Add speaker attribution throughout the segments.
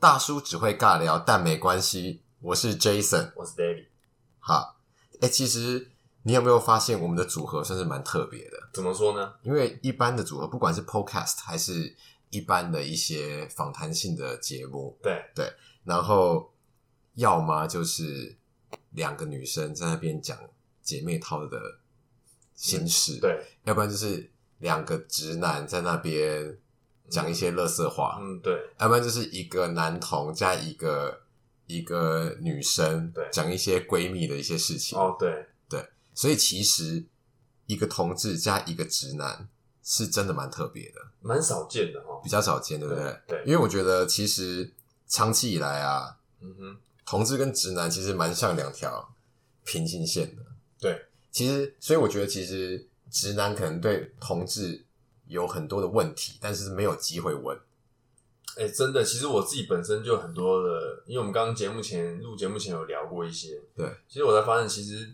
Speaker 1: 大叔只会尬聊，但没关系，我是 Jason。
Speaker 2: 我是 David，
Speaker 1: 好，哎、其实你有没有发现我们的组合算是蛮特别的？
Speaker 2: 怎么说呢？
Speaker 1: 因为一般的组合，不管是 Podcast 还是一般的一些访谈性的节目，
Speaker 2: 对，
Speaker 1: 然后要么就是两个女生在那边讲姐妹淘的心事，，
Speaker 2: 嗯对，
Speaker 1: 要不然就是两个直男在那边讲一些乐色话，
Speaker 2: 嗯，对，
Speaker 1: 要不然就是一个男童加一个一个女生
Speaker 2: 对
Speaker 1: 讲一些闺蜜的一些事情。
Speaker 2: 哦，对，
Speaker 1: 所以其实一个同志加一个直男是真的蛮特别的，
Speaker 2: 蛮少见的哦
Speaker 1: 比。较少见，对不对？
Speaker 2: 对对
Speaker 1: 因为我觉得其实长期以来啊，
Speaker 2: 嗯哼，
Speaker 1: 同志跟直男其实蛮像两条平行线的。
Speaker 2: 对，
Speaker 1: 其实所以我觉得其实直男可能对同志有很多的问题，但是没有机会问。
Speaker 2: 哎，真的，其实我自己本身就很多的，因为我们刚刚节目前录节目前有聊过一些，
Speaker 1: 对，
Speaker 2: 其实我才发现，其实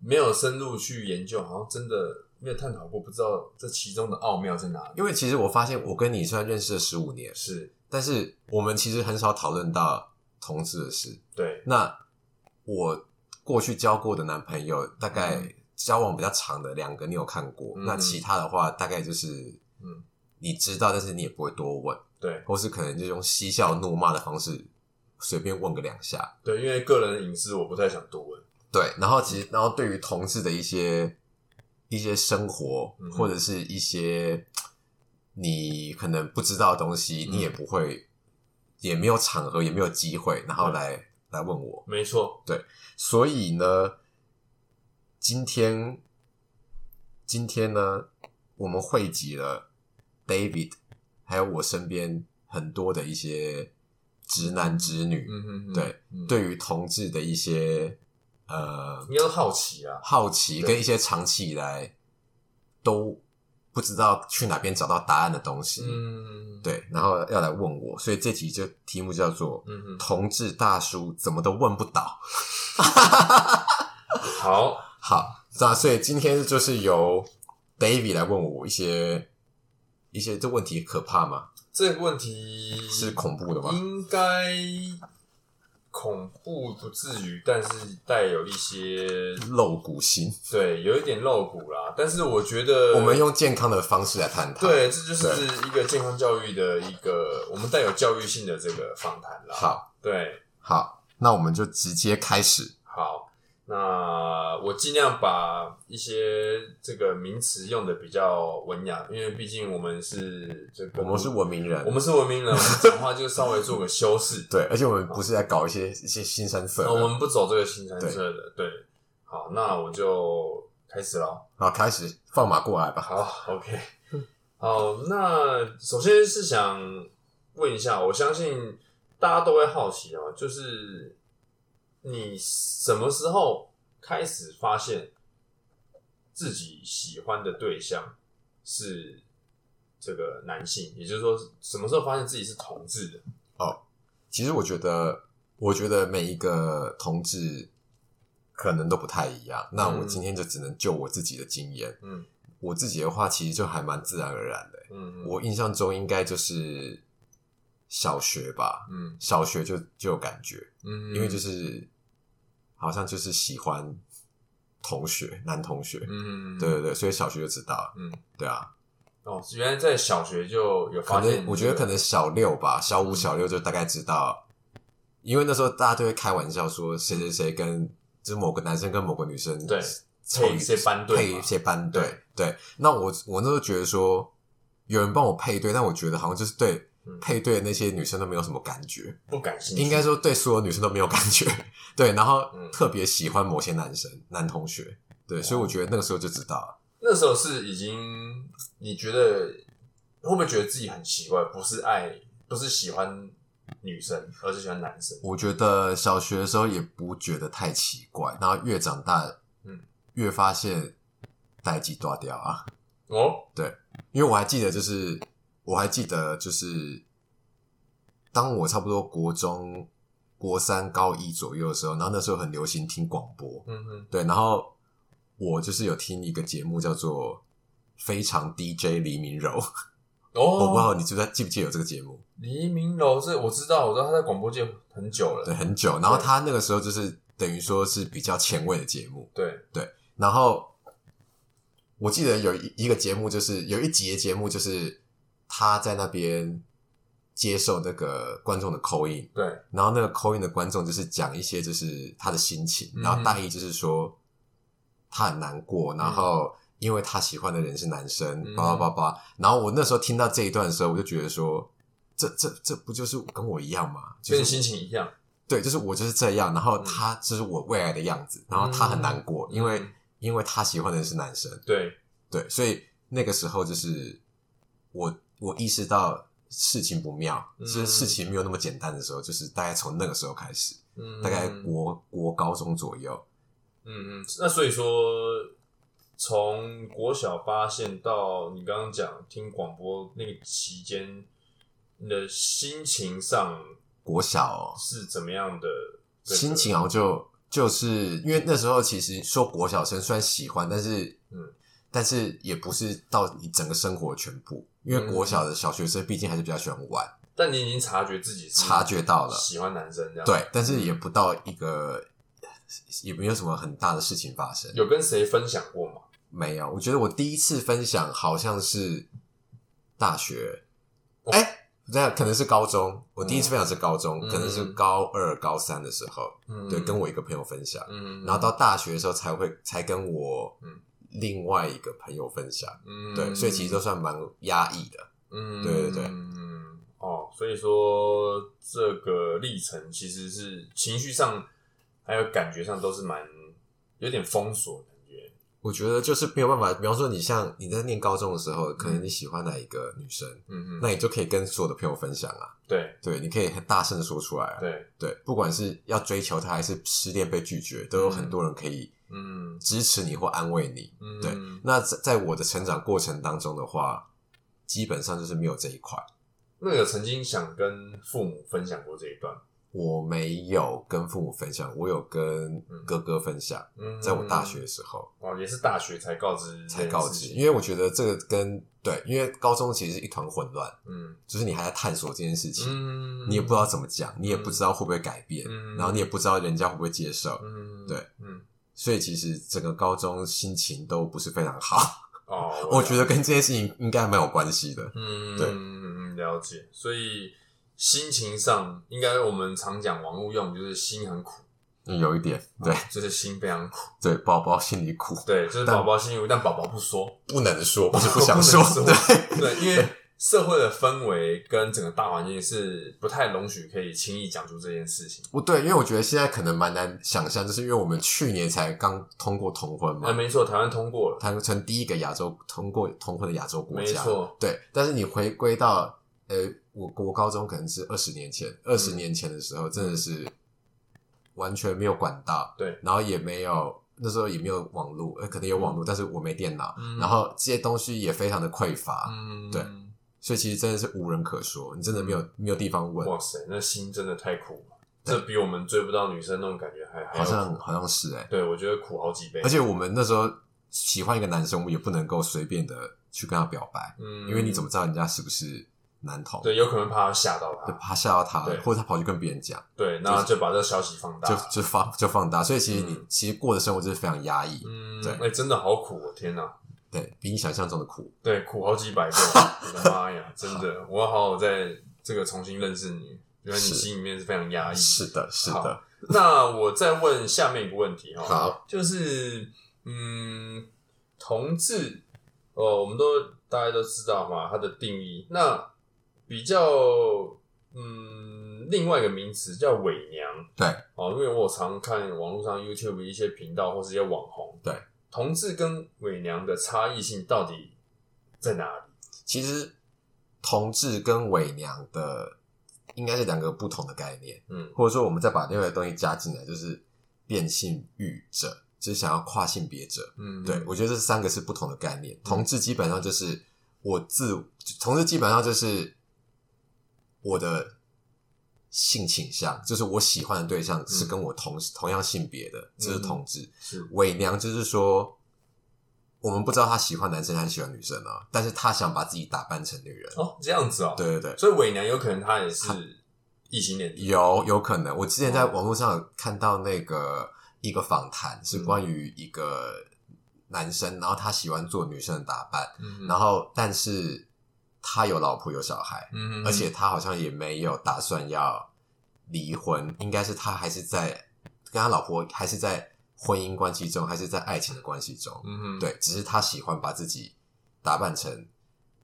Speaker 2: 没有深入去研究，好像真的没有探讨过，不知道这其中的奥妙在哪里。
Speaker 1: 因为其实我发现我跟你虽然认识了十五年，
Speaker 2: 是，
Speaker 1: 但是我们其实很少讨论到同志的事。
Speaker 2: 对，
Speaker 1: 那我过去交过的男朋友，大概
Speaker 2: 嗯
Speaker 1: 交往比较长的两个，你有看过？
Speaker 2: 嗯
Speaker 1: 那其他的话，大概就是，
Speaker 2: 嗯，
Speaker 1: 你知道，但是你也不会多问，
Speaker 2: 对，
Speaker 1: 或是可能就用嬉笑怒骂的方式随便问个两下。
Speaker 2: 对，因为个人的隐私我不太想多问。
Speaker 1: 对，然后其实，然后对于同志的一些一些生活，
Speaker 2: 嗯
Speaker 1: 或者是一些你可能不知道的东西，
Speaker 2: 嗯
Speaker 1: 你也不会，也没有场合，也没有机会，然后
Speaker 2: 对
Speaker 1: 来来问我。
Speaker 2: 没错，
Speaker 1: 所以呢，今天今天呢，我们汇集了 David，还有我身边很多的一些直男直女，
Speaker 2: 嗯哼哼，
Speaker 1: 对
Speaker 2: 嗯，
Speaker 1: 对于同志的一些呃
Speaker 2: 应该是好奇啊，
Speaker 1: 好奇，
Speaker 2: 对
Speaker 1: 跟一些长期以来都不知道去哪边找到答案的东西，
Speaker 2: 嗯，，
Speaker 1: 对，然后要来问我，所以这集就题目叫做
Speaker 2: 嗯哼，
Speaker 1: “同志大叔怎么都问不倒”。
Speaker 2: 好，
Speaker 1: 好，那所以今天就是由 David 来问我一些一些这问题可怕吗？
Speaker 2: 这个问题
Speaker 1: 是恐怖的吗？
Speaker 2: 应该恐怖不至于，但是带有一些
Speaker 1: 露骨心，
Speaker 2: 对，有一点露骨啦。但是我觉得
Speaker 1: 我们用健康的方式来探讨。，
Speaker 2: 对，这就是一个健康教育的一个，我们带有教育性的这个访谈啦。，
Speaker 1: 好，
Speaker 2: 对，
Speaker 1: 好，那我们就直接开始。
Speaker 2: 好，那我尽量把一些这个名词用的比较文雅，因为毕竟我们是这个，
Speaker 1: 我们是文明人，
Speaker 2: 我们是文明人，我们讲话就稍微做个修饰。
Speaker 1: 对，而且我们不是在搞一些一些新三色
Speaker 2: 哦那我
Speaker 1: 的。
Speaker 2: 们不走这个新三色的，对。好，那我就开始了。
Speaker 1: 好，开始放马过来吧。
Speaker 2: 好，OK。好，那首先是想问一下，我相信大家都会好奇哦，就是你什么时候开始发现自己喜欢的对象是这个男性，也就是说，什么时候发现自己是同志的？
Speaker 1: 其实我觉得，我觉得每一个同志可能都不太一样。那我
Speaker 2: 嗯
Speaker 1: 今天就只能就我自己的经验。
Speaker 2: 嗯
Speaker 1: 我自己的话，其实就还蛮自然而然的。
Speaker 2: 嗯，
Speaker 1: 我印象中应该就是小学吧，
Speaker 2: 嗯
Speaker 1: 小学就就有感觉，
Speaker 2: 嗯，
Speaker 1: 因为就是是好像就是喜欢同学，男同学，
Speaker 2: 嗯，
Speaker 1: 对对对，所以小学就知道了，
Speaker 2: 嗯，
Speaker 1: 对啊，
Speaker 2: 哦，原来在小学就有
Speaker 1: 可
Speaker 2: 发现
Speaker 1: 能
Speaker 2: 你
Speaker 1: 我觉得可能小六吧，小五
Speaker 2: 嗯
Speaker 1: 小六就大概知道，因为那时候大家都会开玩笑说谁谁谁跟就是某个男生跟某个女生
Speaker 2: 对
Speaker 1: 凑
Speaker 2: 配一些班队
Speaker 1: 配
Speaker 2: 嘛
Speaker 1: 一些班队，对，那我我那时候觉得说。有人帮我配对，但我觉得好像就是对
Speaker 2: 嗯
Speaker 1: 配对的那些女生都没有什么感觉，
Speaker 2: 不感兴趣，
Speaker 1: 应该说对所有女生都没有感觉， 对，然后
Speaker 2: 嗯
Speaker 1: 特别喜欢某些男生、男同学，对，所以我觉得那个时候就知道了，
Speaker 2: 那时候是已经，你觉得会不会觉得自己很奇怪？不是爱，不是喜欢女生，而是喜欢男生。
Speaker 1: 我觉得小学的时候也不觉得太奇怪，然后越长大，
Speaker 2: 嗯，
Speaker 1: 越发现代际断掉啊，
Speaker 2: 哦，
Speaker 1: 因为我还记得，就是我还记得，就是当我差不多国中、国三、高一左右的时候，然后那时候很流行听广播，
Speaker 2: 嗯哼，
Speaker 1: 对，然后我就是有听一个节目叫做《非常 DJ 黎明柔》，我不知
Speaker 2: 哦，
Speaker 1: 道你知不知道记不记得有这个节目？
Speaker 2: 黎明楼这我知道，我知道他在广播界很久了。
Speaker 1: 对，很久。然后他那个时候就是等于说是比较前卫的节目。
Speaker 2: 对，
Speaker 1: 然后我记得有一一个节目，就是有一节节目，就是他在那边接受那个观众的口音，
Speaker 2: 对，
Speaker 1: 然后那个 call in 的观众就是讲一些就是他的心情，
Speaker 2: 嗯
Speaker 1: 然后大意就是说他很难过，然后因为他喜欢的人是男生，
Speaker 2: 嗯
Speaker 1: 叭叭叭叭。然后我那时候听到这一段的时候，我就觉得说，这这这不就是跟我一样吗？就
Speaker 2: 跟你
Speaker 1: 是
Speaker 2: 心情一样。
Speaker 1: 对，就是我就是这样，然后他就是我未来的样子，然后他很难过，因为
Speaker 2: 嗯嗯
Speaker 1: 因为他喜欢的人是男生，
Speaker 2: 对，
Speaker 1: 对，所以那个时候就是我我意识到事情不妙，
Speaker 2: 嗯
Speaker 1: 就是事情没有那么简单的时候，就是大概从那个时候开始，
Speaker 2: 嗯，
Speaker 1: 大概国国高中左右，
Speaker 2: 嗯嗯，那所以说，从国小发现到你刚刚讲听广播那个期间，你的心情上
Speaker 1: 国小、哦、
Speaker 2: 是怎么样的？这个
Speaker 1: 心情好像就就是因为那时候其实说国小生虽然喜欢，但是
Speaker 2: 嗯
Speaker 1: 但是也不是到你整个生活全部，因
Speaker 2: 嗯
Speaker 1: 为国小的小学生毕竟还是比较喜欢玩，
Speaker 2: 但你已经察觉自己是
Speaker 1: 察觉到了，
Speaker 2: 喜欢男生这样，，
Speaker 1: 对，但是也不到一个也没有什么很大的事情发生。
Speaker 2: 有跟谁分享过吗？
Speaker 1: 没有，我觉得我第一次分享好像是大学，
Speaker 2: 哦
Speaker 1: 哎、那、可能是高中。我第一次
Speaker 2: 嗯
Speaker 1: 分享是高中，
Speaker 2: 嗯
Speaker 1: 可能是高二、高三的时候，
Speaker 2: 嗯，
Speaker 1: 对，跟我一个朋友分享。
Speaker 2: 嗯，嗯，
Speaker 1: 然后到大学的时候才会才跟我
Speaker 2: 嗯
Speaker 1: 另外一个朋友分享，
Speaker 2: 嗯，
Speaker 1: 对，所以其实都算蛮压抑的。
Speaker 2: 嗯，
Speaker 1: 对对对
Speaker 2: 嗯，哦，所以说这个历程其实是情绪上还有感觉上都是蛮有点封锁的感觉，
Speaker 1: 我觉得就是没有办法，比方说你像你在念高中的时候，可能你喜欢哪一个女生，
Speaker 2: 嗯嗯，
Speaker 1: 那你就可以跟所有的朋友分享啊，
Speaker 2: 对
Speaker 1: 对，你可以很大声的说出来啊，
Speaker 2: 对，
Speaker 1: 对，不管是要追求他还是失恋被拒绝，都有很多人可以
Speaker 2: 嗯
Speaker 1: 支持你或安慰你。
Speaker 2: 嗯，
Speaker 1: 对那在在我的成长过程当中的话，基本上就是没有这一块，
Speaker 2: 那有曾经想跟父母分享过这一段，
Speaker 1: 我没有跟父母分享，我有跟哥哥分享，
Speaker 2: 嗯，
Speaker 1: 在我大学的时候
Speaker 2: 哦，也是大学才告知这
Speaker 1: 才
Speaker 2: 件
Speaker 1: 告
Speaker 2: 事
Speaker 1: 知，
Speaker 2: 情
Speaker 1: 因为我觉得这个跟对，因为高中其实是一团混乱，
Speaker 2: 嗯
Speaker 1: 就是你还在探索这件事情，
Speaker 2: 嗯，
Speaker 1: 你也不知道怎么讲，你也不知道会不会改变，
Speaker 2: 嗯
Speaker 1: 然后你也不知道人家会不会接受，
Speaker 2: 嗯
Speaker 1: 对
Speaker 2: 嗯
Speaker 1: 所以其实整个高中心情都不是非常好，
Speaker 2: 哦，
Speaker 1: 我觉得跟这件事情应该蛮有关系的。
Speaker 2: 嗯，
Speaker 1: 对
Speaker 2: 嗯，嗯了解。所以心情上，应该我们常讲网络用语就是心很苦，
Speaker 1: 嗯有一点，对
Speaker 2: 就是心非常苦。
Speaker 1: 对，宝宝心里苦，
Speaker 2: 对，就是宝宝心苦，但宝宝不说，
Speaker 1: 不能说，不是不
Speaker 2: 能
Speaker 1: 想说，
Speaker 2: 说
Speaker 1: 对，
Speaker 2: 对，因为社会的氛围跟整个大环境是不太容许可以轻易讲出这件事情。
Speaker 1: 不对，因为我觉得现在可能蛮难想象，就是因为我们去年才刚通过同婚
Speaker 2: 哎，
Speaker 1: 嘛，
Speaker 2: 没错，台湾通过了。
Speaker 1: 台湾成第一个亚洲通过同婚的亚洲国家，
Speaker 2: 没错，
Speaker 1: 对。但是你回归到呃，我国高中可能是二十年前，二
Speaker 2: 嗯
Speaker 1: 十年前的时候真的是完全没有管道，
Speaker 2: 对，
Speaker 1: 然后也没有那时候也没有网络，呃，可能有网络，但是我没电脑，
Speaker 2: 嗯
Speaker 1: 然后这些东西也非常的匮乏，
Speaker 2: 嗯，
Speaker 1: 对。所以其实真的是无人可说，你真的没有没有地方问，
Speaker 2: 哇塞，那心真的太苦了，
Speaker 1: 对
Speaker 2: 这比我们追不到女生那种感觉还还
Speaker 1: 好
Speaker 2: 要
Speaker 1: 像
Speaker 2: 苦
Speaker 1: 好像是哎、
Speaker 2: 对我觉得苦好几倍。
Speaker 1: 而，且我们那时候喜欢一个男生，我们也不能够随便的去跟他表白，
Speaker 2: 嗯
Speaker 1: 因为你怎么知道人家是不是男同？
Speaker 2: 对，有可能怕吓到他
Speaker 1: 就。怕吓到他
Speaker 2: 对，
Speaker 1: 或者他跑去跟别人讲，
Speaker 2: 对，然后就把这个消息放大，
Speaker 1: 就就放就放大，所以其实你、
Speaker 2: 嗯
Speaker 1: 其实过的生活就是非常压抑，
Speaker 2: 嗯，
Speaker 1: 对
Speaker 2: 哎、真的好苦、哦，天哪，
Speaker 1: 对比你想象中的苦。
Speaker 2: 对，苦好几百 倍，我的妈呀，真的，我要好好在这个重新认识你，原来你
Speaker 1: 是
Speaker 2: 心里面是非常压抑。
Speaker 1: 是的，是的，
Speaker 2: 那我再问下面一个问题哈、哦，
Speaker 1: 好，
Speaker 2: 就是嗯，同志，哦，我们都大家都知道嘛，它的定义，那比较嗯，另外一个名词叫伪娘，
Speaker 1: 对，
Speaker 2: 哦，因为我常看网络上 YouTube 一些频道或是一些网红，
Speaker 1: 对，
Speaker 2: 同志跟伪娘的差异性到底在哪里？
Speaker 1: 其实同志跟伪娘的应该是两个不同的概念，
Speaker 2: 嗯
Speaker 1: 或者说我们再把另外的东西加进来，就是变性欲者，就是想要跨性别者。
Speaker 2: 嗯，
Speaker 1: 对，我觉得这三个是不同的概念。同志基本上就是我自，同志基本上就是我的性倾向，就是我喜欢的对
Speaker 2: 嗯
Speaker 1: 象是跟我同、同样性别的，这是同志。
Speaker 2: 是
Speaker 1: 伪娘就是说我们不知道他喜欢男生还是喜欢女生啊，但是他想把自己打扮成女人。
Speaker 2: 哦，这样子哦，，
Speaker 1: 对对对，
Speaker 2: 所以伪娘有可能她也是异性恋，
Speaker 1: 有有可能。我之前在
Speaker 2: 哦
Speaker 1: 网络上有看到那个一个访谈，
Speaker 2: 嗯
Speaker 1: 是关于一个男生，然后他喜欢做女生的打扮，
Speaker 2: 嗯，
Speaker 1: 然后但是他有老婆有小孩，
Speaker 2: 嗯，
Speaker 1: 而且他好像也没有打算要离婚，应该是他还是在跟他老婆还是在婚姻关系中，还是在爱情的关系中。
Speaker 2: 嗯哼，
Speaker 1: 对，只是他喜欢把自己打扮成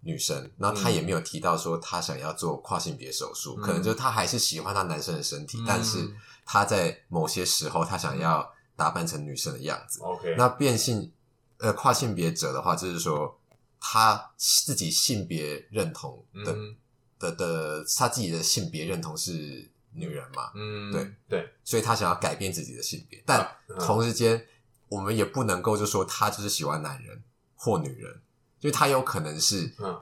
Speaker 1: 女生，然后他也没有提到说他想要做跨性别手术，
Speaker 2: 嗯
Speaker 1: 可能就是他还是喜欢他男生的身体，
Speaker 2: 嗯
Speaker 1: 但是他在某些时候他想要打扮成女生的样子。
Speaker 2: ，OK，
Speaker 1: 那变性呃跨性别者的话，就是说他自己性别认同的、
Speaker 2: 嗯
Speaker 1: 的的他自己的性别认同是女人嘛，
Speaker 2: 嗯，
Speaker 1: 对
Speaker 2: 对，
Speaker 1: 所以他想要改变自己的性别，但
Speaker 2: 嗯
Speaker 1: 同时间，我们也不能够就说他就是喜欢男人或女人，因为他有可能是
Speaker 2: 嗯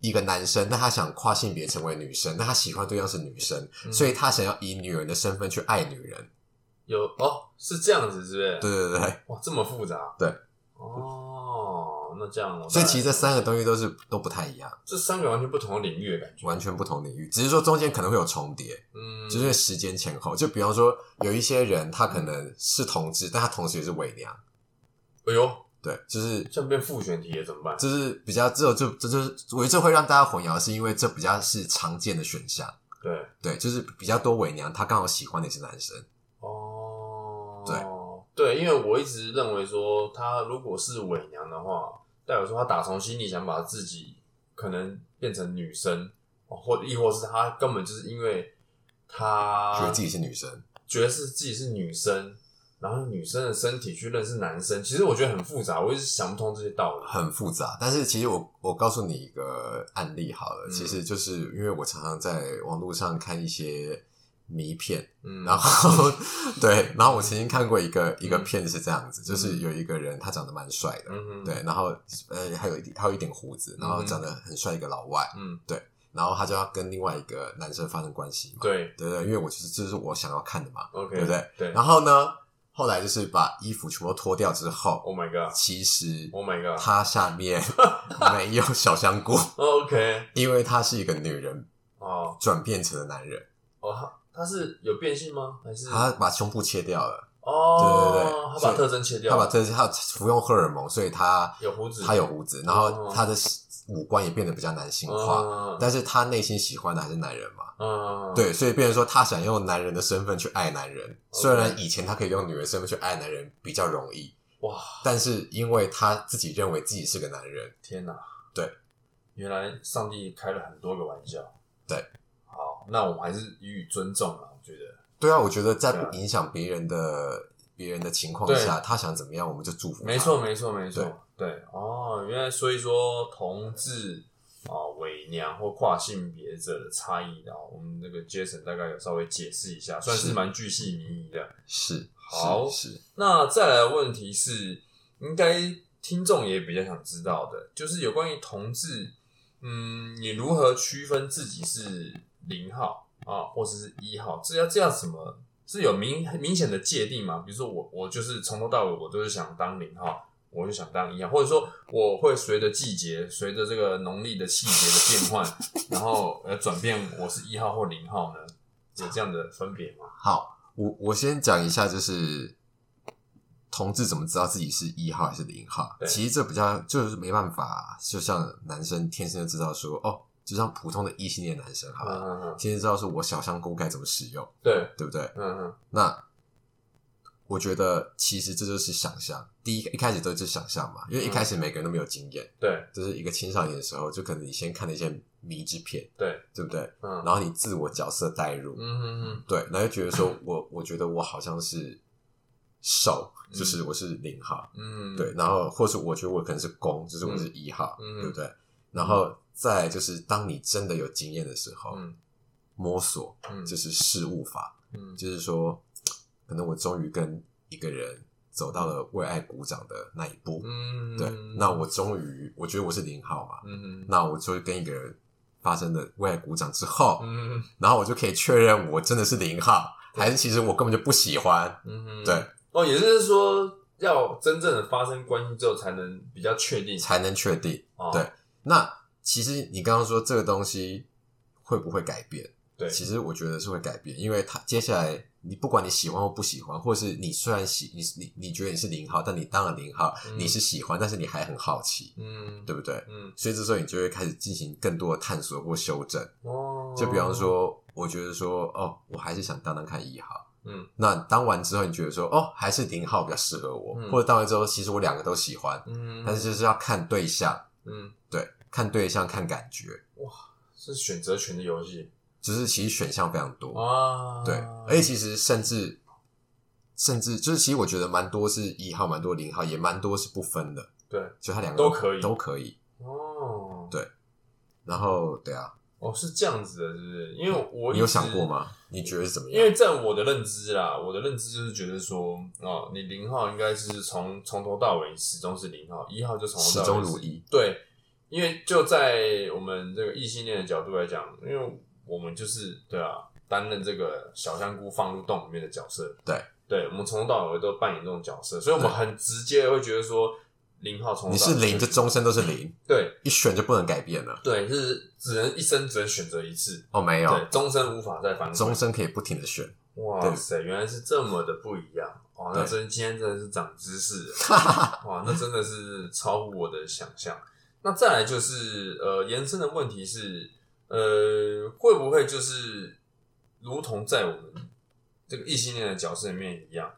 Speaker 1: 一个男生，那他想跨性别成为女生，那他喜欢对象是女生，
Speaker 2: 嗯
Speaker 1: 所以他想要以女人的身份去爱女人。
Speaker 2: 有哦，是这样子，是不是？
Speaker 1: 对，对对对，
Speaker 2: 哇，这么复杂，
Speaker 1: 对，
Speaker 2: 哦，那这样，
Speaker 1: 所以其实这三
Speaker 2: 个
Speaker 1: 个东西都是都不太一样，
Speaker 2: 这三个完全不同的领域的感觉，
Speaker 1: 完全不同领域，只是说中间可能会有重叠，
Speaker 2: 嗯，
Speaker 1: 就是时间前后。就比方说，有一些人他可能是同志，但他同时也是伪娘，
Speaker 2: 哎呦，
Speaker 1: 对，就是
Speaker 2: 这样变复选题了，怎么办？
Speaker 1: 就是比较这就这就是我觉得这会让大家混淆，是因为这比较是常见的选项，
Speaker 2: 对，
Speaker 1: 对，就是比较多伪娘，她刚好喜欢的也是男生，
Speaker 2: 哦，对因为我一直认为说，她如果是伪娘的话，代表说她打从心里想把自己可能变成女生，哦或亦或是她根本就是因为她
Speaker 1: 觉得自己是女生，
Speaker 2: 觉得是自己是女生，然后女生的身体去认识男生，其实我觉得很复杂，我一直想不通这些道理。
Speaker 1: 很复杂。但是其实我我告诉你一个案例好了，
Speaker 2: 嗯
Speaker 1: 其实就是因为我常常在网络上看一些迷片，
Speaker 2: 嗯，
Speaker 1: 然后对，然后我曾经看过一个一个片是这样子，就是有一个人他长得蛮帅的，
Speaker 2: 嗯哼，
Speaker 1: 对，然后呃还有一点还有一点胡子，然后长得很帅一个老外。
Speaker 2: 嗯，
Speaker 1: 然后他就要跟另外一个男生发生关系嘛，
Speaker 2: 对
Speaker 1: 对对，因为我就是这、就是我想要看的嘛。
Speaker 2: ，OK，
Speaker 1: 对不对？
Speaker 2: 对
Speaker 1: 然后呢，后来就是把衣服全部脱掉之后，
Speaker 2: ，Oh my God，Oh
Speaker 1: 其实
Speaker 2: my
Speaker 1: 她下面没有小香菇，
Speaker 2: God，OK，
Speaker 1: 因为她是一个女人
Speaker 2: 哦
Speaker 1: 转变成了男人，
Speaker 2: 哦，她她是有变性吗？还是
Speaker 1: 她把胸部切掉了，
Speaker 2: 哦，
Speaker 1: 对对对
Speaker 2: 他
Speaker 1: 所
Speaker 2: 把
Speaker 1: 以
Speaker 2: 特征切掉
Speaker 1: 她把
Speaker 2: 了，
Speaker 1: 这她服用荷尔蒙，所以她
Speaker 2: 有胡子，
Speaker 1: 她有胡子，然
Speaker 2: 哦
Speaker 1: 后她的五官也变得比较男性化，
Speaker 2: 嗯
Speaker 1: 但是她内心喜欢的还是男人嘛。
Speaker 2: 嗯，
Speaker 1: 对，所以变成说她想用男人的身份去爱男人，虽然以前她可以用女人身份去爱男人比较容易，
Speaker 2: 哇，
Speaker 1: 但是因为她自己认为自己是个男人，
Speaker 2: 天哪，
Speaker 1: 对，
Speaker 2: 原来上帝开了很多个玩笑，
Speaker 1: 对，
Speaker 2: 好，那我们还是予以尊重了，我觉得，
Speaker 1: 对啊，我觉得在
Speaker 2: 对啊
Speaker 1: 不影响别人的别人的情况
Speaker 2: 对
Speaker 1: 下，她想怎么样，我们就祝福她。
Speaker 2: 没错，没错，没错，对，哦，原来所以说同志。啊，伪娘或跨性别者的差异啊，我们这个 Jason 大概有稍微解释一下，算是
Speaker 1: 是
Speaker 2: 蛮巨细靡遗的。
Speaker 1: 是，是
Speaker 2: 好
Speaker 1: 是，
Speaker 2: 那再来的问题是，应该听众也比较想知道的，就是有关于同志，嗯，你如何区分自己是零号啊，或者是一号？这要这要怎么是有明明显的界定吗？比如说我我就是从头到尾我都是想当零号，我就想当一号，或者说我会随着季节，随着这个农历的季节的变换，然后呃转变我是一号或零号呢？有这样的分别吗？
Speaker 1: 好，我我先讲一下，就是同志怎么知道自己是一号还是零号
Speaker 2: 对？
Speaker 1: 其实这比较就是没办法，就像男生天生就知道说，哦，就像普通的异性恋男生，好
Speaker 2: 嗯
Speaker 1: 吧，
Speaker 2: 嗯嗯，
Speaker 1: 天生知道说我小香菇该怎么使用，
Speaker 2: 对，
Speaker 1: 对不对？
Speaker 2: 嗯嗯
Speaker 1: 那我觉得其实这就是想象，第一一开始都是想象嘛，因为一开始每个人都没有经验。
Speaker 2: 对
Speaker 1: 就是一个青少年的时候，就可能你先看了一些迷之片，
Speaker 2: 对。
Speaker 1: 对不对？
Speaker 2: 嗯，
Speaker 1: 然后你自我角色代入，
Speaker 2: 嗯哼哼，
Speaker 1: 对，然后就觉得说我我觉得我好像是手，
Speaker 2: 嗯
Speaker 1: 就是我是零号，
Speaker 2: 嗯，
Speaker 1: 对，，然后或是我觉得我可能是攻，就是我是一号，
Speaker 2: 嗯
Speaker 1: 对不对？然后再来就是当你真的有经验的时候，
Speaker 2: 嗯
Speaker 1: 摸索
Speaker 2: 嗯，
Speaker 1: 就是事物法，
Speaker 2: 嗯
Speaker 1: 就是说，可能我终于跟一个人走到了为爱鼓掌的那一步，
Speaker 2: 嗯，
Speaker 1: 对，那我终于我觉得我是零号嘛，
Speaker 2: 嗯，嗯
Speaker 1: 那我就跟一个人发生了为爱鼓掌之后，
Speaker 2: 嗯
Speaker 1: 然后我就可以确认我真的是零号，还是其实我根本就不喜欢。
Speaker 2: 嗯，
Speaker 1: 对，
Speaker 2: 哦，也就是说，要真正的发生关系之后，才能比较确定。
Speaker 1: 才能确定。
Speaker 2: 哦
Speaker 1: 对那其实你刚刚说这个东西会不会改变？
Speaker 2: 对，
Speaker 1: 其实我觉得是会改变，因为他接下来你不管你喜欢或不喜欢，或是你虽然喜你你你觉得你是零号，但你当了零号，
Speaker 2: 嗯
Speaker 1: 你是喜欢，但是你还很好奇，
Speaker 2: 嗯
Speaker 1: 对不对？
Speaker 2: 嗯
Speaker 1: 所以这时候你就会开始进行更多的探索或修正。
Speaker 2: 哦，
Speaker 1: 就比方说，我觉得说，哦，我还是想当当看一号。
Speaker 2: 嗯，
Speaker 1: 那当完之后，你觉得说，哦，还是零号比较适合我，
Speaker 2: 嗯
Speaker 1: 或者当完之后，其实我两个都喜欢，
Speaker 2: 嗯，
Speaker 1: 但是就是要看对象，
Speaker 2: 嗯
Speaker 1: 对，看对象看感觉，
Speaker 2: 是选择权的游戏
Speaker 1: 就是其实选项非常多，
Speaker 2: 啊，
Speaker 1: 对，而且其实甚至甚至就是其实我觉得蛮多是一号，蛮多零号，也蛮多是不分的，
Speaker 2: 对
Speaker 1: 就它两个
Speaker 2: 都可以
Speaker 1: 都可以。
Speaker 2: 哦，
Speaker 1: 然后对啊，
Speaker 2: 哦是这样子的，是不是？因为我
Speaker 1: 你
Speaker 2: 一
Speaker 1: 有
Speaker 2: 直
Speaker 1: 想过？吗？你觉得是怎么样？
Speaker 2: 因为在我的认知啦，我的认知就是觉得说，哦，你零号应该是从从头到尾始终是零号，一号就从头
Speaker 1: 始
Speaker 2: 到
Speaker 1: 终
Speaker 2: 尾是
Speaker 1: 如一，
Speaker 2: 对，因为就在我们这个异性恋的角度来讲，因为我们就是对啊，担任这个小香菇放入洞里面的角色。
Speaker 1: 对，
Speaker 2: 对，我们从头到尾都扮演这种角色，所以我们很直接地会觉得说，零号从头
Speaker 1: 你
Speaker 2: 到
Speaker 1: 是
Speaker 2: 尾
Speaker 1: 零，就终身都是零，
Speaker 2: 对
Speaker 1: 一选就不能改变了。
Speaker 2: 对，是只能一生只能选择一次，
Speaker 1: 哦，没有，
Speaker 2: 对，终身无法再反悔。
Speaker 1: 终身可以不停的选。
Speaker 2: 哇
Speaker 1: 对
Speaker 2: 塞，原来是这么的不一样哇！那
Speaker 1: 对
Speaker 2: 真今天真的是长知识了， 哇，那真的是超乎我的想象。那再来就是呃，延伸的问题是呃，会不会就是如同在我们这个异性恋的角色里面一样，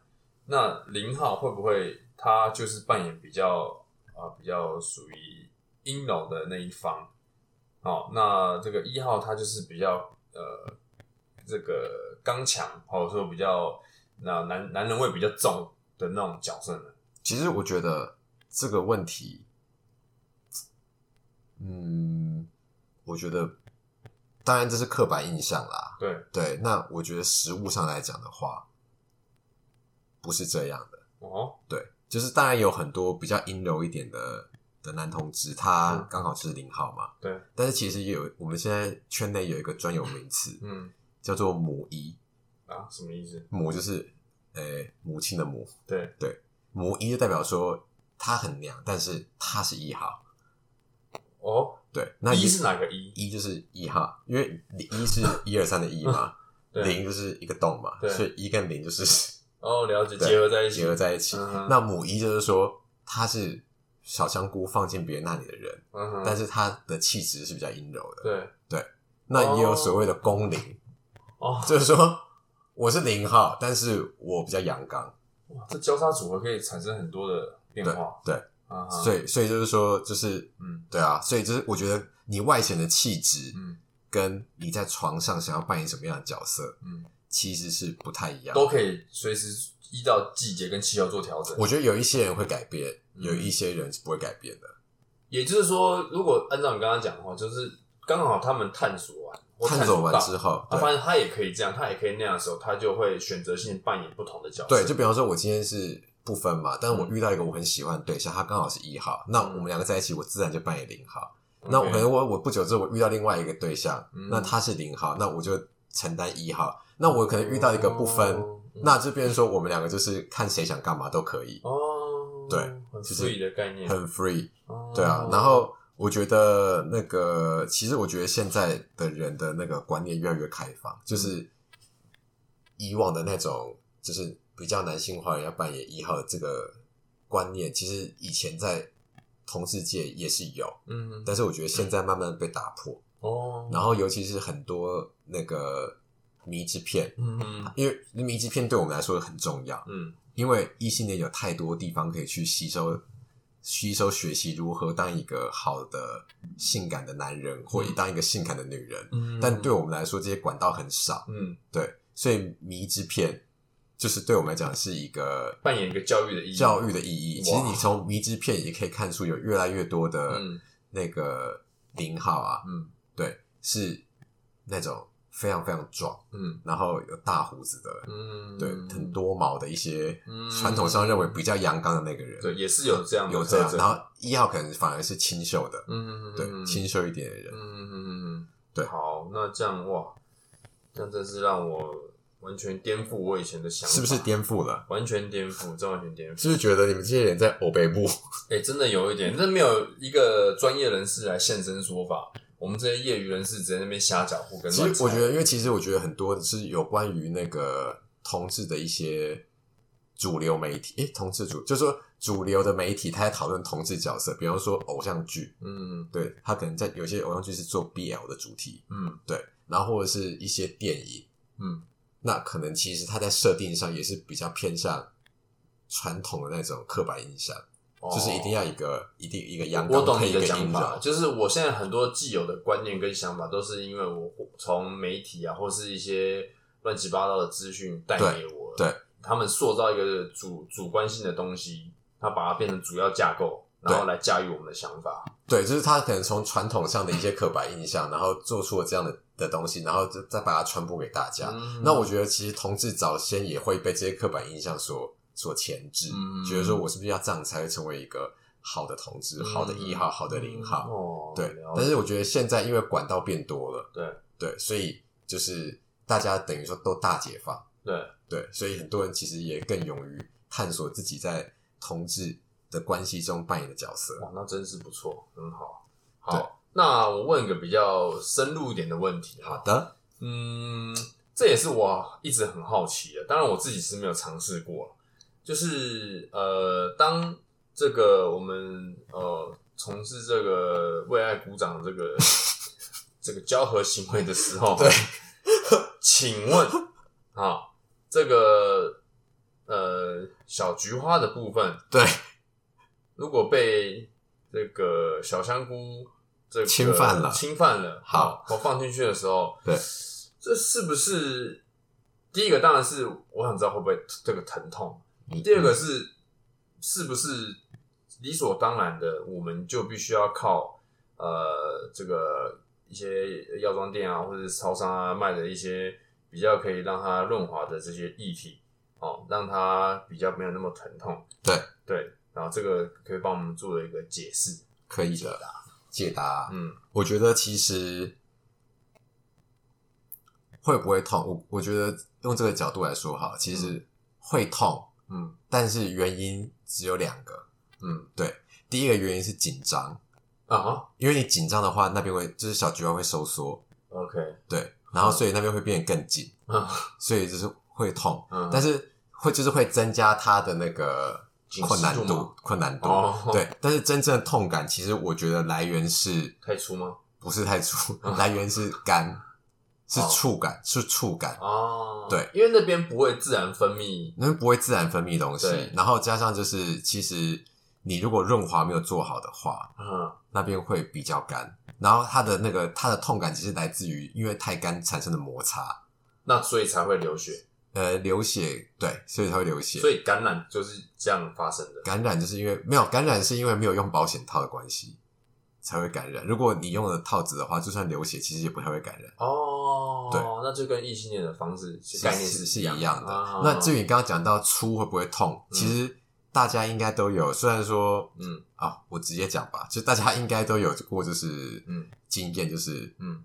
Speaker 2: 那零号会不会他就是扮演比较啊、比较属于阴柔的那一方？哦，那这个一号他就是比较呃这个刚强，或者说比较那男男人味比较重的那种角色呢？
Speaker 1: 其实我觉得这个问题，嗯，我觉得当然这是刻板印象啦。
Speaker 2: 对，
Speaker 1: 对，那我觉得实物上来讲的话，不是这样的。
Speaker 2: 哦，
Speaker 1: 对，就是当然有很多比较阴柔一点的的男同志，他
Speaker 2: 嗯
Speaker 1: 刚好是零号嘛。
Speaker 2: 对，
Speaker 1: 但是其实也有我们现在圈内有一个专有名词
Speaker 2: 嗯，
Speaker 1: 叫做“母一
Speaker 2: 啊，什么意思”，？
Speaker 1: 母就是呃母亲的母，
Speaker 2: 对，
Speaker 1: 母一就代表说她很娘，但是她是一号。
Speaker 2: 哦，
Speaker 1: 对，那
Speaker 2: 一
Speaker 1: 也
Speaker 2: 是哪个一？
Speaker 1: 一就是一号，因为一是一二三的一嘛，
Speaker 2: 对，
Speaker 1: 零就是一个洞嘛，
Speaker 2: 对
Speaker 1: 所以一跟零就是
Speaker 2: 哦，了解，
Speaker 1: 对
Speaker 2: 结合在一起，
Speaker 1: 结合在一起。
Speaker 2: 嗯哼
Speaker 1: 那母一就是说她是小香菇放进别人那里的人，
Speaker 2: 嗯哦哼，
Speaker 1: 但是她的气质是比较阴柔的。
Speaker 2: 对，
Speaker 1: 那也有所谓的公零，
Speaker 2: 哦，
Speaker 1: 就是说我是零号，但是我比较阳刚，
Speaker 2: 哇，这交叉组合可以产生很多的变
Speaker 1: 对
Speaker 2: 化，
Speaker 1: 对，
Speaker 2: 啊哈，
Speaker 1: 所以所以就是说就是
Speaker 2: 嗯
Speaker 1: 对啊，所以就是我觉得你外显的气质
Speaker 2: 嗯
Speaker 1: 跟你在床上想要扮演什么样的角色，
Speaker 2: 嗯，
Speaker 1: 其实是不太一样的，
Speaker 2: 都可以随时依照季节跟气候做调整。
Speaker 1: 我觉得有一些人会改变，
Speaker 2: 嗯
Speaker 1: 有一些人是不会改变的。
Speaker 2: 也就是说，如果按照你刚刚讲的话，就是刚好他们探索完或
Speaker 1: 探索完
Speaker 2: 到啊
Speaker 1: 之后，
Speaker 2: 他发
Speaker 1: 对
Speaker 2: 现他也可以这样，他也可以那样的时候，他就会选择性扮演不同的角色。
Speaker 1: 对，就比方说，我今天是不分嘛，但
Speaker 2: 嗯
Speaker 1: 我遇到一个我很喜欢的对象，他刚好是一号，那我们两个在一起，我自然就扮演零号。那我可能我我不久之后我遇到另外一个对象
Speaker 2: 嗯，
Speaker 1: 那他是零号，那我就承担一号。那我可能遇到一个不分，
Speaker 2: 哦
Speaker 1: 那就变成说我们两个就是看谁想干嘛都可以，
Speaker 2: 哦，
Speaker 1: 对，
Speaker 2: 很
Speaker 1: 就是
Speaker 2: free 的概念，
Speaker 1: 很 free。
Speaker 2: 哦
Speaker 1: 对啊，然后我觉得那个，其实我觉得现在的人的那个观念越来越开放，就是以往的那种，就是比较男性化人要扮演一号的这个观念，其实以前在同志界也是有，
Speaker 2: 嗯
Speaker 1: 但是我觉得现在慢慢被打破，
Speaker 2: 哦，
Speaker 1: 然后尤其是很多那个迷之片，
Speaker 2: 嗯嗯
Speaker 1: 因为迷之片对我们来说很重要，
Speaker 2: 嗯
Speaker 1: 因为异性恋有太多地方可以去吸收、吸收学习如何当一个好的、性感的男人，或当一个性感的女人。
Speaker 2: 嗯，
Speaker 1: 但对我们来说，这些管道很少，
Speaker 2: 嗯
Speaker 1: 对，所以迷之片就是对我们来讲是一个
Speaker 2: 扮演一个教育的意义，
Speaker 1: 教育的意义。
Speaker 2: 哇
Speaker 1: 其实你从迷之片也可以看出，有越来越多的
Speaker 2: 嗯
Speaker 1: 那个零号啊，
Speaker 2: 嗯
Speaker 1: 对，是那种非常非常壮，
Speaker 2: 嗯
Speaker 1: 然后有大胡子的，
Speaker 2: 嗯，
Speaker 1: 对，很多毛的一些
Speaker 2: 嗯
Speaker 1: 传统上认为比较阳刚的那个人，
Speaker 2: 对，也是有这样的
Speaker 1: 有这样
Speaker 2: 特，征
Speaker 1: 然后一号可能反而是清秀的，
Speaker 2: 嗯
Speaker 1: 对，清秀一点的人，
Speaker 2: 嗯嗯嗯，嗯
Speaker 1: 对
Speaker 2: 好，那这样哇，这样真是让我完全颠覆我以前的想法，
Speaker 1: 是不是？颠覆了？
Speaker 2: 完全颠覆，这完全颠覆。
Speaker 1: 是不是觉得你们这些人在欧北部？
Speaker 2: 哎、真的有一点，这没有一个专业人士来现身说法，我们这些业余人士只在那边瞎搅和跟
Speaker 1: 其
Speaker 2: 乱
Speaker 1: 实
Speaker 2: 猜。
Speaker 1: 我觉得，因为其实我觉得很多是有关于那个同志的一些主流媒体，诶、同志主就是说主流的媒体，他在讨论同志角色，比方说偶像剧，
Speaker 2: 嗯
Speaker 1: 对他可能在有些偶像剧是做 BL 的主题，
Speaker 2: 嗯
Speaker 1: 然后或者是一些电影，
Speaker 2: 嗯，
Speaker 1: 那可能其实他在设定上也是比较偏向传统的那种刻板印象，
Speaker 2: 哦
Speaker 1: 就是一定要一个一定一个阳
Speaker 2: 我
Speaker 1: 刚
Speaker 2: 懂
Speaker 1: 配
Speaker 2: 你
Speaker 1: 一
Speaker 2: 的
Speaker 1: 个
Speaker 2: 讲
Speaker 1: 阴
Speaker 2: 法，
Speaker 1: 柔，
Speaker 2: 就是我现在很多既有的观念跟想法，都是因为我从媒体啊，或是一些乱七八糟的资讯带给我
Speaker 1: 对对
Speaker 2: 他们塑造一个主主观性的东西，他把它变成主要架构，然后来驾驭我们的想法。
Speaker 1: 对，就是他可能从传统上的一些刻板印象，然后做出了这样的的东西，然后就再把它传播给大家。
Speaker 2: 嗯
Speaker 1: 啊那我觉得其实同志早先也会被这些刻板印象所所钳制，
Speaker 2: 嗯
Speaker 1: 觉得说我是不是要这样才会成为一个好的同志、好的一号、
Speaker 2: 嗯
Speaker 1: 好的零号？
Speaker 2: 哦，
Speaker 1: 对
Speaker 2: 了，解
Speaker 1: 但是我觉得现在因为管道变多了，
Speaker 2: 对
Speaker 1: 对，所以就是大家等于说都大解放，
Speaker 2: 对
Speaker 1: 对，所以很多人其实也更勇于探索自己在同志的关系中扮演的角色。
Speaker 2: 哇，那真是不错，很好。好，那我问个比较深入一点的问题。啊
Speaker 1: 好，的，
Speaker 2: 嗯，这也是我一直很好奇的。当然，我自己是没有尝试过啦就是呃，当这个我们呃从事这个为爱鼓掌这 个这个交合行为的时候，
Speaker 1: 对，
Speaker 2: 请问啊，这个呃小菊花的部分，
Speaker 1: 对，
Speaker 2: 如果被这个小香菇这个
Speaker 1: 侵犯了
Speaker 2: 侵犯了，
Speaker 1: 好，
Speaker 2: 我放进去的时候，
Speaker 1: 对，
Speaker 2: 这是不是第一个？当然是我想知道会不会这个疼痛。
Speaker 1: 嗯
Speaker 2: 第二个是是不是理所当然的，我们就必须要靠呃这个一些药妆店啊，或者是超商啊卖的一些比较可以让它润滑的这些液体哦，让它比较没有那么疼痛。
Speaker 1: 对
Speaker 2: 对，然后这个可以帮我们做了一个解释。
Speaker 1: 可以的解答。
Speaker 2: 嗯
Speaker 1: 我觉得其实会不会痛，我我觉得用这个角度来说哈，其实会痛，
Speaker 2: 嗯
Speaker 1: 但是原因只有两个。
Speaker 2: 嗯
Speaker 1: 第一个原因是紧张，
Speaker 2: 啊
Speaker 1: 因为你紧张的话，那边会就是小菊花会收缩，
Speaker 2: ，OK，
Speaker 1: 对，然后所以那边会变得更紧，
Speaker 2: 嗯
Speaker 1: 所以就是会痛，
Speaker 2: 嗯，
Speaker 1: 但是会就是会增加它的那个
Speaker 2: 紧
Speaker 1: 困难
Speaker 2: 实度吗
Speaker 1: 度，困难度，
Speaker 2: 哦
Speaker 1: 对。但是真正的痛感，其实我觉得来源是
Speaker 2: 太粗吗？
Speaker 1: 不是太粗
Speaker 2: 嗯，
Speaker 1: 来源是肝，是
Speaker 2: 哦
Speaker 1: 触感，是触感，
Speaker 2: 哦，
Speaker 1: 对，
Speaker 2: 因为那边不会自然分泌，
Speaker 1: 那不会自然分泌东西
Speaker 2: 对，
Speaker 1: 然后加上就是其实你如果润滑没有做好的话，
Speaker 2: 嗯
Speaker 1: 那边会比较干，然后它的那个它的痛感其实来自于因为太干产生的摩擦，
Speaker 2: 那所以才会流血，
Speaker 1: 呃，流血，对，所以才会流血
Speaker 2: 所。以感染就是这样发生的。
Speaker 1: 感染就是因为没有感染是因为没有用保险套的关系才会感染。如果你用了套子的话，就算流血其实也不太会感染，
Speaker 2: 哦，
Speaker 1: 对，
Speaker 2: 那就跟异性恋的方式概念
Speaker 1: 是
Speaker 2: 是
Speaker 1: 一样的。
Speaker 2: 啊
Speaker 1: 那至于你刚刚讲到粗会不会痛，
Speaker 2: 嗯
Speaker 1: 其实大家应该都有，虽然说
Speaker 2: 嗯
Speaker 1: 啊，我直接讲吧，就大家应该都有过就是
Speaker 2: 嗯
Speaker 1: 经验，就是
Speaker 2: 嗯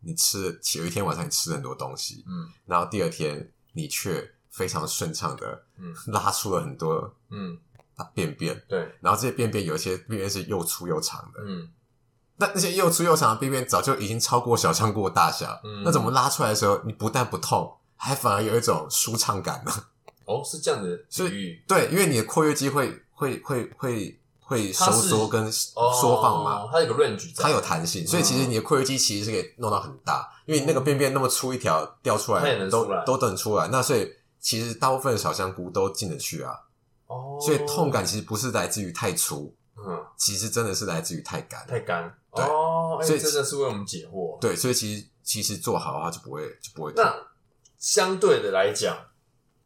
Speaker 1: 你吃有一天晚上你吃了很多东西，
Speaker 2: 嗯
Speaker 1: 然后第二天你却非常顺畅的
Speaker 2: 嗯
Speaker 1: 拉出了很多
Speaker 2: 嗯，
Speaker 1: 便便，
Speaker 2: 对，
Speaker 1: 然后这些便便有一些便便是又粗又长的，
Speaker 2: 嗯
Speaker 1: 那那些又粗又长的便便早就已经超过小香菇的大小，
Speaker 2: 嗯
Speaker 1: 那怎么拉出来的时候，你不但不痛，还反而有一种舒畅感呢？
Speaker 2: 哦，是这样的比喻，
Speaker 1: 对，因为你的括约肌会会会会会
Speaker 2: 它
Speaker 1: 收
Speaker 2: 是
Speaker 1: 缩跟
Speaker 2: 哦
Speaker 1: 缩放嘛。，
Speaker 2: 它有个 range，在
Speaker 1: 它有，弹性，所以其
Speaker 2: 嗯
Speaker 1: 实你的括约肌其实是可以弄到很大，因为你那个便便那么粗一条掉出来，
Speaker 2: 它也能
Speaker 1: 都
Speaker 2: 出来
Speaker 1: 都等出来。那所以其实大部分的小香菇都进得去啊，
Speaker 2: 哦，
Speaker 1: 所以痛，感其实不是来自于太粗，
Speaker 2: 嗯，
Speaker 1: 其实真的是来自于太干。
Speaker 2: 太干，
Speaker 1: 对
Speaker 2: 哦，哎，
Speaker 1: 所以
Speaker 2: 真的是为我们解惑。
Speaker 1: 对，所以其实其实做好的话就不会就不会痛。
Speaker 2: 那相对的来讲，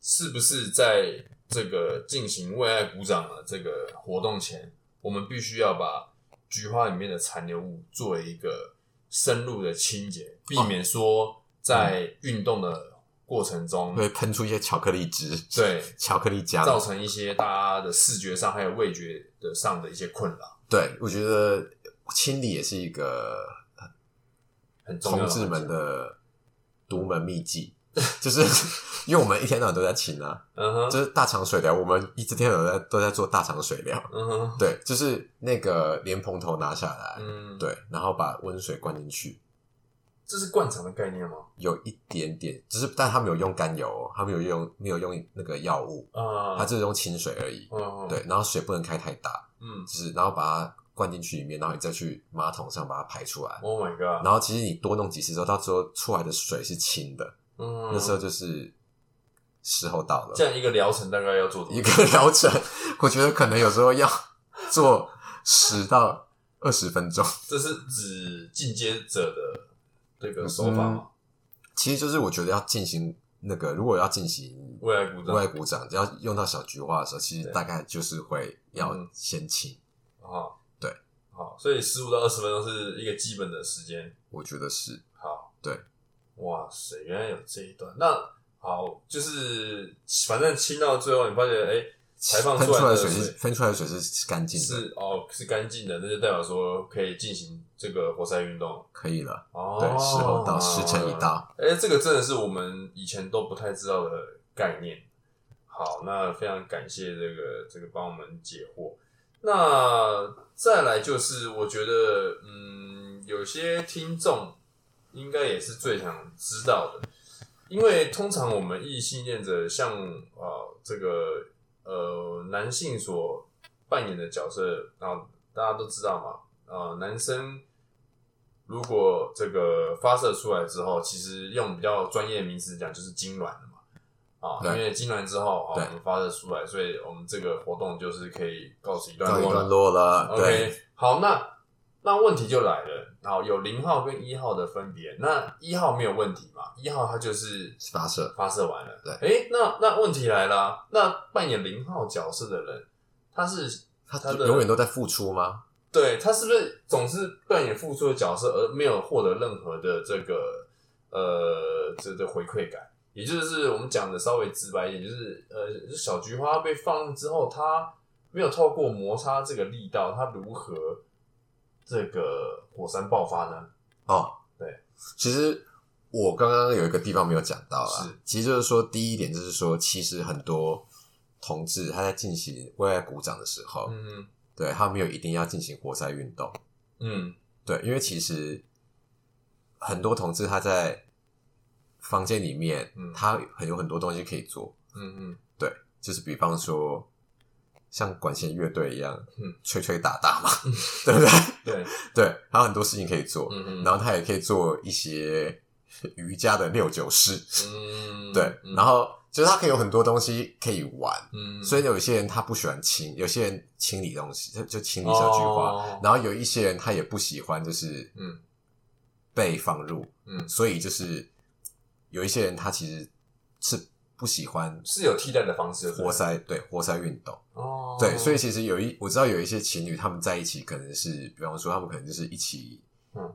Speaker 2: 是不是在这个进行为爱鼓掌的这个活动前，我们必须要把菊花里面的残留物作为一个深入的清洁，避免说在运动的过程中，
Speaker 1: 会喷出一些巧克力汁，
Speaker 2: 对
Speaker 1: 巧克力
Speaker 2: 造
Speaker 1: 浆。
Speaker 2: 成一些大家的视觉上还有味觉的上的一些困扰，
Speaker 1: 对，我觉得清理也是一个
Speaker 2: 很重要
Speaker 1: 同
Speaker 2: 的
Speaker 1: 志
Speaker 2: 环
Speaker 1: 们
Speaker 2: 节。
Speaker 1: 的独门秘技。就是 因为我们一天到晚都在请啊，
Speaker 2: 嗯哼，
Speaker 1: 就是大肠水疗，我们一整天都在都在做大肠水疗。
Speaker 2: 嗯哼，
Speaker 1: 对，就是那个莲蓬头拿下来，
Speaker 2: 嗯，，
Speaker 1: 对，然后把温水灌进去，
Speaker 2: 这是灌肠的概念吗？
Speaker 1: 有一点点，只是但他没有用甘油哦，他没有用没有用那个药物，
Speaker 2: 啊，
Speaker 1: 他只是用清水而已。
Speaker 2: 嗯，
Speaker 1: 对，，然后水不能开太大，
Speaker 2: 嗯
Speaker 1: 就是然后把它灌进去里面，然后你再去马桶上把它排出来。
Speaker 2: ，Oh my god，
Speaker 1: 然后其实你多弄几次之后，到最后出来的水是清的，
Speaker 2: 嗯，
Speaker 1: 那时候就是时候到了
Speaker 2: 这。样一个疗程大概要做多久
Speaker 1: 一个疗程， 我觉得可能有时候要做十到二十分钟。
Speaker 2: 这是指进阶者的这个手法
Speaker 1: 嗯
Speaker 2: 吗？
Speaker 1: 其实就是我觉得要进行那个，如果要进行
Speaker 2: 未来鼓
Speaker 1: 为
Speaker 2: 掌
Speaker 1: 爱鼓掌，只要用到小菊花的时候，其实
Speaker 2: 对
Speaker 1: 大概就是会要
Speaker 2: 嗯
Speaker 1: 先清，
Speaker 2: 啊，
Speaker 1: 对，
Speaker 2: 好，所以十五到二十分钟是一个基本的时间。
Speaker 1: 我觉得是
Speaker 2: 好，
Speaker 1: 对，
Speaker 2: 哇塞，原来有这一段。那好，就是反正清到最后，你发现哎、排放
Speaker 1: 喷
Speaker 2: 出来
Speaker 1: 出来
Speaker 2: 的
Speaker 1: 的水
Speaker 2: 水
Speaker 1: 是喷出来的水是干净的，
Speaker 2: 是哦是干净的，那就代表说可以进行这个活塞运动。
Speaker 1: 可以了。
Speaker 2: 哦，
Speaker 1: 对，时候到，时辰已。到。
Speaker 2: 哎、这个真的是我们以前都不太知道的概念。好，那非常感谢这个这个帮我们解惑。那再来就是，我觉得嗯，有些听众应该也是最想知道的，因为通常我们异性恋者像啊、这个呃男性所扮演的角色，然后大家都知道嘛，呃，男生如果这个发射出来之后，其实用比较专业名词讲就是痉挛了嘛，啊，
Speaker 1: 对
Speaker 2: 因为痉挛之后啊，
Speaker 1: 对
Speaker 2: 我们发射出来，所以我们这个活动就是可以告诉一段
Speaker 1: 到一
Speaker 2: 落了
Speaker 1: 段。落了，对，
Speaker 2: 啊 OK，好，那那问题就来了，好，有零号跟一号的分别，那一号没有问题嘛？一号它就是
Speaker 1: 发射
Speaker 2: 发射完了，
Speaker 1: 对
Speaker 2: 诶，那那问题来了啊，那扮演零号角色的人，他是
Speaker 1: 他
Speaker 2: 的
Speaker 1: 永远都在付出吗？
Speaker 2: 对他是不是总是扮演付出的角色，而没有获得任何的这个呃这的回馈感？也就是我们讲的稍微直白一点，就是呃小菊花被放入之后，它没有透过摩擦这个力道，它如何这个火山爆发呢？
Speaker 1: 哦，
Speaker 2: 对，
Speaker 1: 其实我刚刚有一个地方没有讲到啊
Speaker 2: 是，
Speaker 1: 其实就是说第一点就是说，其实很多同志他在进行为爱鼓掌的时候，
Speaker 2: 嗯
Speaker 1: 对他没有一定要进行活塞运动，
Speaker 2: 嗯
Speaker 1: 对，因为其实很多同志他在房间里面，
Speaker 2: 嗯
Speaker 1: 他很有很多东西可以做，
Speaker 2: 嗯嗯，
Speaker 1: 就是比方说像管弦乐队一样，
Speaker 2: 嗯
Speaker 1: 吹吹打打嘛， 对不对？
Speaker 2: 对，
Speaker 1: 对，还有很多事情可以做，
Speaker 2: 嗯嗯，
Speaker 1: 然后他也可以做一些 瑜伽的六九式，
Speaker 2: 嗯
Speaker 1: 对，然后就是他可以有很多东西可以玩，
Speaker 2: 嗯，
Speaker 1: 所
Speaker 2: 以
Speaker 1: 以有一些人他不喜欢清，有些人清理东西就就清理
Speaker 2: 哦
Speaker 1: 小菊花，然后有一些人他也不喜欢就是
Speaker 2: 嗯
Speaker 1: 被放入，
Speaker 2: 嗯
Speaker 1: 所以就是有一些人他其实是不喜欢
Speaker 2: 是有替代的方式，对不对
Speaker 1: 活塞，对活塞运动，
Speaker 2: 哦，
Speaker 1: 对，所以其实有一我知道有一些情侣他们在一起可能是，比方说他们可能就是一起，
Speaker 2: 嗯，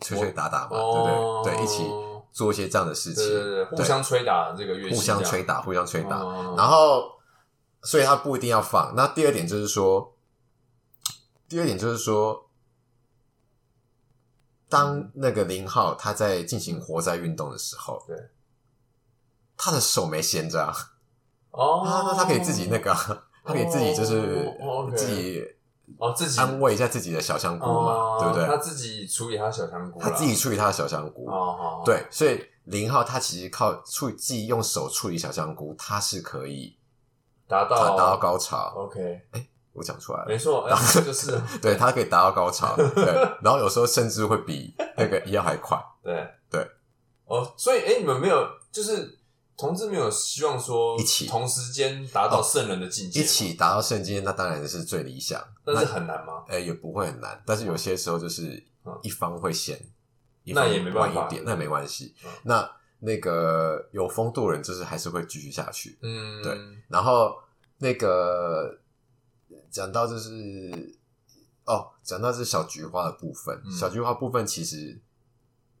Speaker 1: 吹吹打打嘛，
Speaker 2: 哦
Speaker 1: 对不对？对，一起做一些这样的事
Speaker 2: 对
Speaker 1: 情，
Speaker 2: 对对，互相吹打这个乐器，
Speaker 1: 互相吹打，互相吹打，
Speaker 2: 哦
Speaker 1: 然后所以他不一定要放。那第二点就是说，第二点就是说，当
Speaker 2: 嗯
Speaker 1: 那个零号他在进行活塞运动的时候，
Speaker 2: 对，
Speaker 1: 他的手没闲着啊，
Speaker 2: 哦，
Speaker 1: 他他他可以自己那个啊， 他可以自己就是
Speaker 2: 哦，OK
Speaker 1: 自己
Speaker 2: 哦自己
Speaker 1: 安慰一下自己的小香菇嘛，
Speaker 2: 哦
Speaker 1: 对不
Speaker 2: 他
Speaker 1: 对？
Speaker 2: 自己处理他小香菇啦，
Speaker 1: 他自己处理他的小香菇，
Speaker 2: 哦哦，
Speaker 1: 对，所以零号他其实靠处理自己用手处理小香菇，他是可以
Speaker 2: 达到
Speaker 1: 达达到高潮。
Speaker 2: ，OK，
Speaker 1: 我讲出来了
Speaker 2: 没，错，哎就是
Speaker 1: 对他可以达到高 潮，对，然后有时候甚至会比那个一号还快。
Speaker 2: 对
Speaker 1: 对
Speaker 2: 哦，所以哎，你们没有就是同志没有希望说
Speaker 1: 一起
Speaker 2: 同时间达到圣人的境界
Speaker 1: 一
Speaker 2: 吗，
Speaker 1: 起达到圣经，那当然是最理想，
Speaker 2: 但是很难吗？
Speaker 1: 呃，也不会很难。但是有些时候就是
Speaker 2: 嗯
Speaker 1: 一方会先，一
Speaker 2: 那
Speaker 1: 方
Speaker 2: 也没办法
Speaker 1: 晚一点，那没关系
Speaker 2: 嗯。
Speaker 1: 那那个有风度的人，就是还是会继续下去。
Speaker 2: 嗯，
Speaker 1: 对然后那个讲到就是哦，讲到是小菊花的部分，
Speaker 2: 嗯
Speaker 1: 小菊花部分其实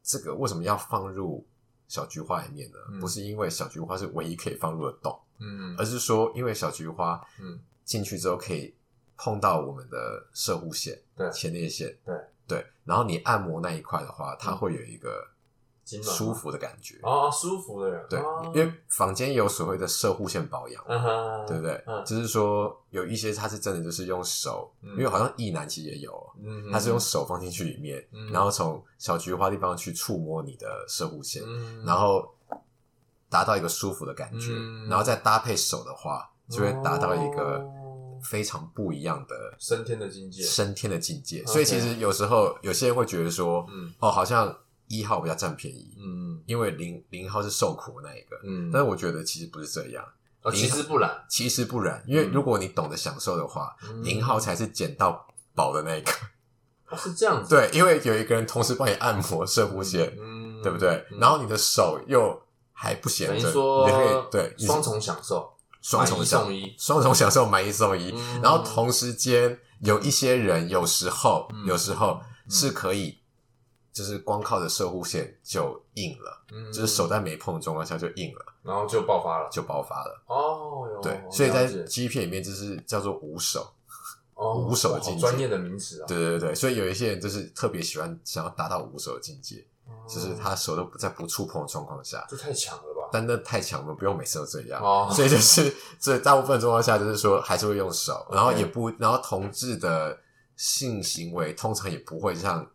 Speaker 1: 这个为什么要放入小菊花里面呢？
Speaker 2: 嗯
Speaker 1: 不是因为小菊花是唯一可以放入的洞，
Speaker 2: 嗯
Speaker 1: 而是说因为小菊花
Speaker 2: 嗯
Speaker 1: 进去之后可以碰到我们的射护线、
Speaker 2: 对
Speaker 1: 前列腺，
Speaker 2: 对
Speaker 1: 对，然后你按摩那一块的话，它
Speaker 2: 嗯
Speaker 1: 会有一个
Speaker 2: 金软
Speaker 1: 舒服的感觉。
Speaker 2: 哦，舒服的人，
Speaker 1: 对
Speaker 2: 哦，
Speaker 1: 因为坊间也有所谓的射护线保养，
Speaker 2: 嗯哼，
Speaker 1: 对不对？
Speaker 2: 嗯
Speaker 1: 就是说有一些它是真的就是用手，
Speaker 2: 嗯
Speaker 1: 因为好像意男其实也有，
Speaker 2: 嗯哼，
Speaker 1: 它是用手放进去里面，
Speaker 2: 嗯
Speaker 1: 然后从小菊花地方去触摸你的射护线，
Speaker 2: 嗯，
Speaker 1: 然后达到一个舒服的感觉，
Speaker 2: 嗯
Speaker 1: 然后再搭配手的话，就会达到一个
Speaker 2: 哦
Speaker 1: 非常不一样的
Speaker 2: 升天的境界，
Speaker 1: 升天的境界。
Speaker 2: OK
Speaker 1: 所以其实有时候有些人会觉得说，
Speaker 2: 嗯
Speaker 1: 哦，好像一号比较占便宜，
Speaker 2: 嗯
Speaker 1: 因为零零号是受苦的那一个。
Speaker 2: 嗯，
Speaker 1: 但是我觉得其实不是这样，
Speaker 2: 哦，其实不然，
Speaker 1: 其实不然，嗯因为
Speaker 2: 嗯
Speaker 1: 如果你懂得享受的话，零号才是捡到宝的那一个。
Speaker 2: 哦是这样子，
Speaker 1: 对，因为有一个人同时帮你按摩射护线，
Speaker 2: 嗯，
Speaker 1: 对不对？
Speaker 2: 嗯
Speaker 1: 然后你的手又还不闲着，
Speaker 2: 等于
Speaker 1: 你还可
Speaker 2: 说
Speaker 1: 以对你是
Speaker 2: 双重享受，
Speaker 1: 双重享
Speaker 2: 买一送一
Speaker 1: 双重享受买一送一，
Speaker 2: 嗯
Speaker 1: 然后同时间有一些人有时候、
Speaker 2: 嗯
Speaker 1: 有时候是可以，就是光靠着射护线就硬了，
Speaker 2: 嗯
Speaker 1: 就是手，在没碰的状况下就硬了，
Speaker 2: 然后就爆发了，
Speaker 1: 就爆发了。
Speaker 2: 哦哟，
Speaker 1: 对，所以在
Speaker 2: 了解
Speaker 1: G 片里面就是叫做无手，
Speaker 2: 哦
Speaker 1: 无手的
Speaker 2: 哇好
Speaker 1: 境界
Speaker 2: 专业的名词啊，
Speaker 1: 对对对对，所以有一些人就是特别喜欢想要达到无手的境界，
Speaker 2: 哦，
Speaker 1: 就是他手都不在不触碰的状况下，
Speaker 2: 这太强了吧，
Speaker 1: 但那太强，我们不用每次都这样。
Speaker 2: 哦
Speaker 1: 所以就是，所以大部分状况下就是说还是会用手，然后也不，然后同志的性行为通常也不会像，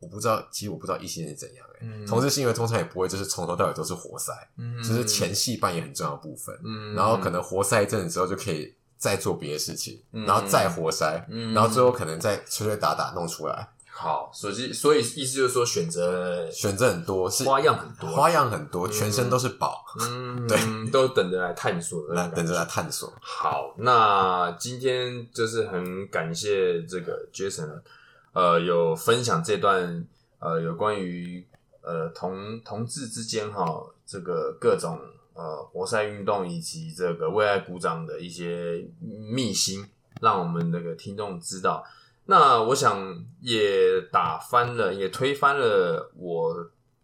Speaker 1: 我不知道，其实我不知道异性恋是怎样哎、欸
Speaker 2: 嗯
Speaker 1: 同志性行为通常也不会就是从头到尾都是活塞，
Speaker 2: 嗯
Speaker 1: 就是前戏扮演很重要的部分，
Speaker 2: 嗯
Speaker 1: 然后可能活塞一阵子之后就可以再做别的事情，
Speaker 2: 嗯
Speaker 1: 然后再活塞，
Speaker 2: 嗯
Speaker 1: 然后最后可能再吹吹打打弄出来，
Speaker 2: 好，所以所以意思就是说选择
Speaker 1: 选择很多，是
Speaker 2: 花样很多，
Speaker 1: 花样很多，
Speaker 2: 嗯
Speaker 1: 全身都是宝，
Speaker 2: 嗯，对，都等着来探索的那
Speaker 1: 来
Speaker 2: 种
Speaker 1: 等着来
Speaker 2: 感觉。
Speaker 1: 探索。
Speaker 2: 好，那今天就是很感谢这个 Jason，呃，有分享这段呃有关于呃同同志之间哈这个各种呃活塞运动以及这个为爱鼓掌的一些秘辛，让我们那个听众知道。那我想也打翻了，也推翻了我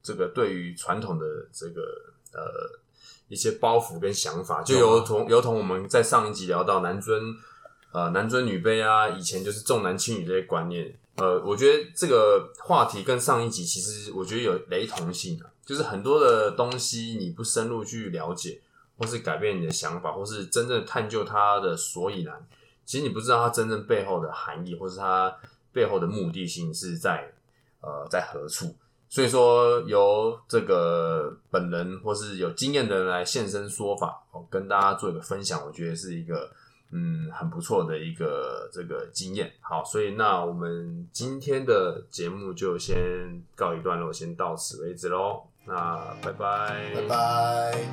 Speaker 2: 这个对于传统的这个呃一些包袱跟想法，就
Speaker 1: 有
Speaker 2: 有
Speaker 1: 吗
Speaker 2: 同有同我们在上一集聊到男尊呃男尊女卑啊，以前就是重男轻女这些观念，呃，我觉得这个话题跟上一集其实我觉得有雷同性啊，就是很多的东西你不深入去了解，或是改变你的想法，或是真正探究它的所以然，其实你不知道它真正背后的含义，或是它背后的目的性是在呃在何处。所以说，由这个本人或是有经验的人来现身说法，哦，跟大家做一个分享，我觉得是一个嗯很不错的一个这个经验。好，所以那我们今天的节目就先告一段落，先到此为止喽。那拜拜，
Speaker 1: 拜拜。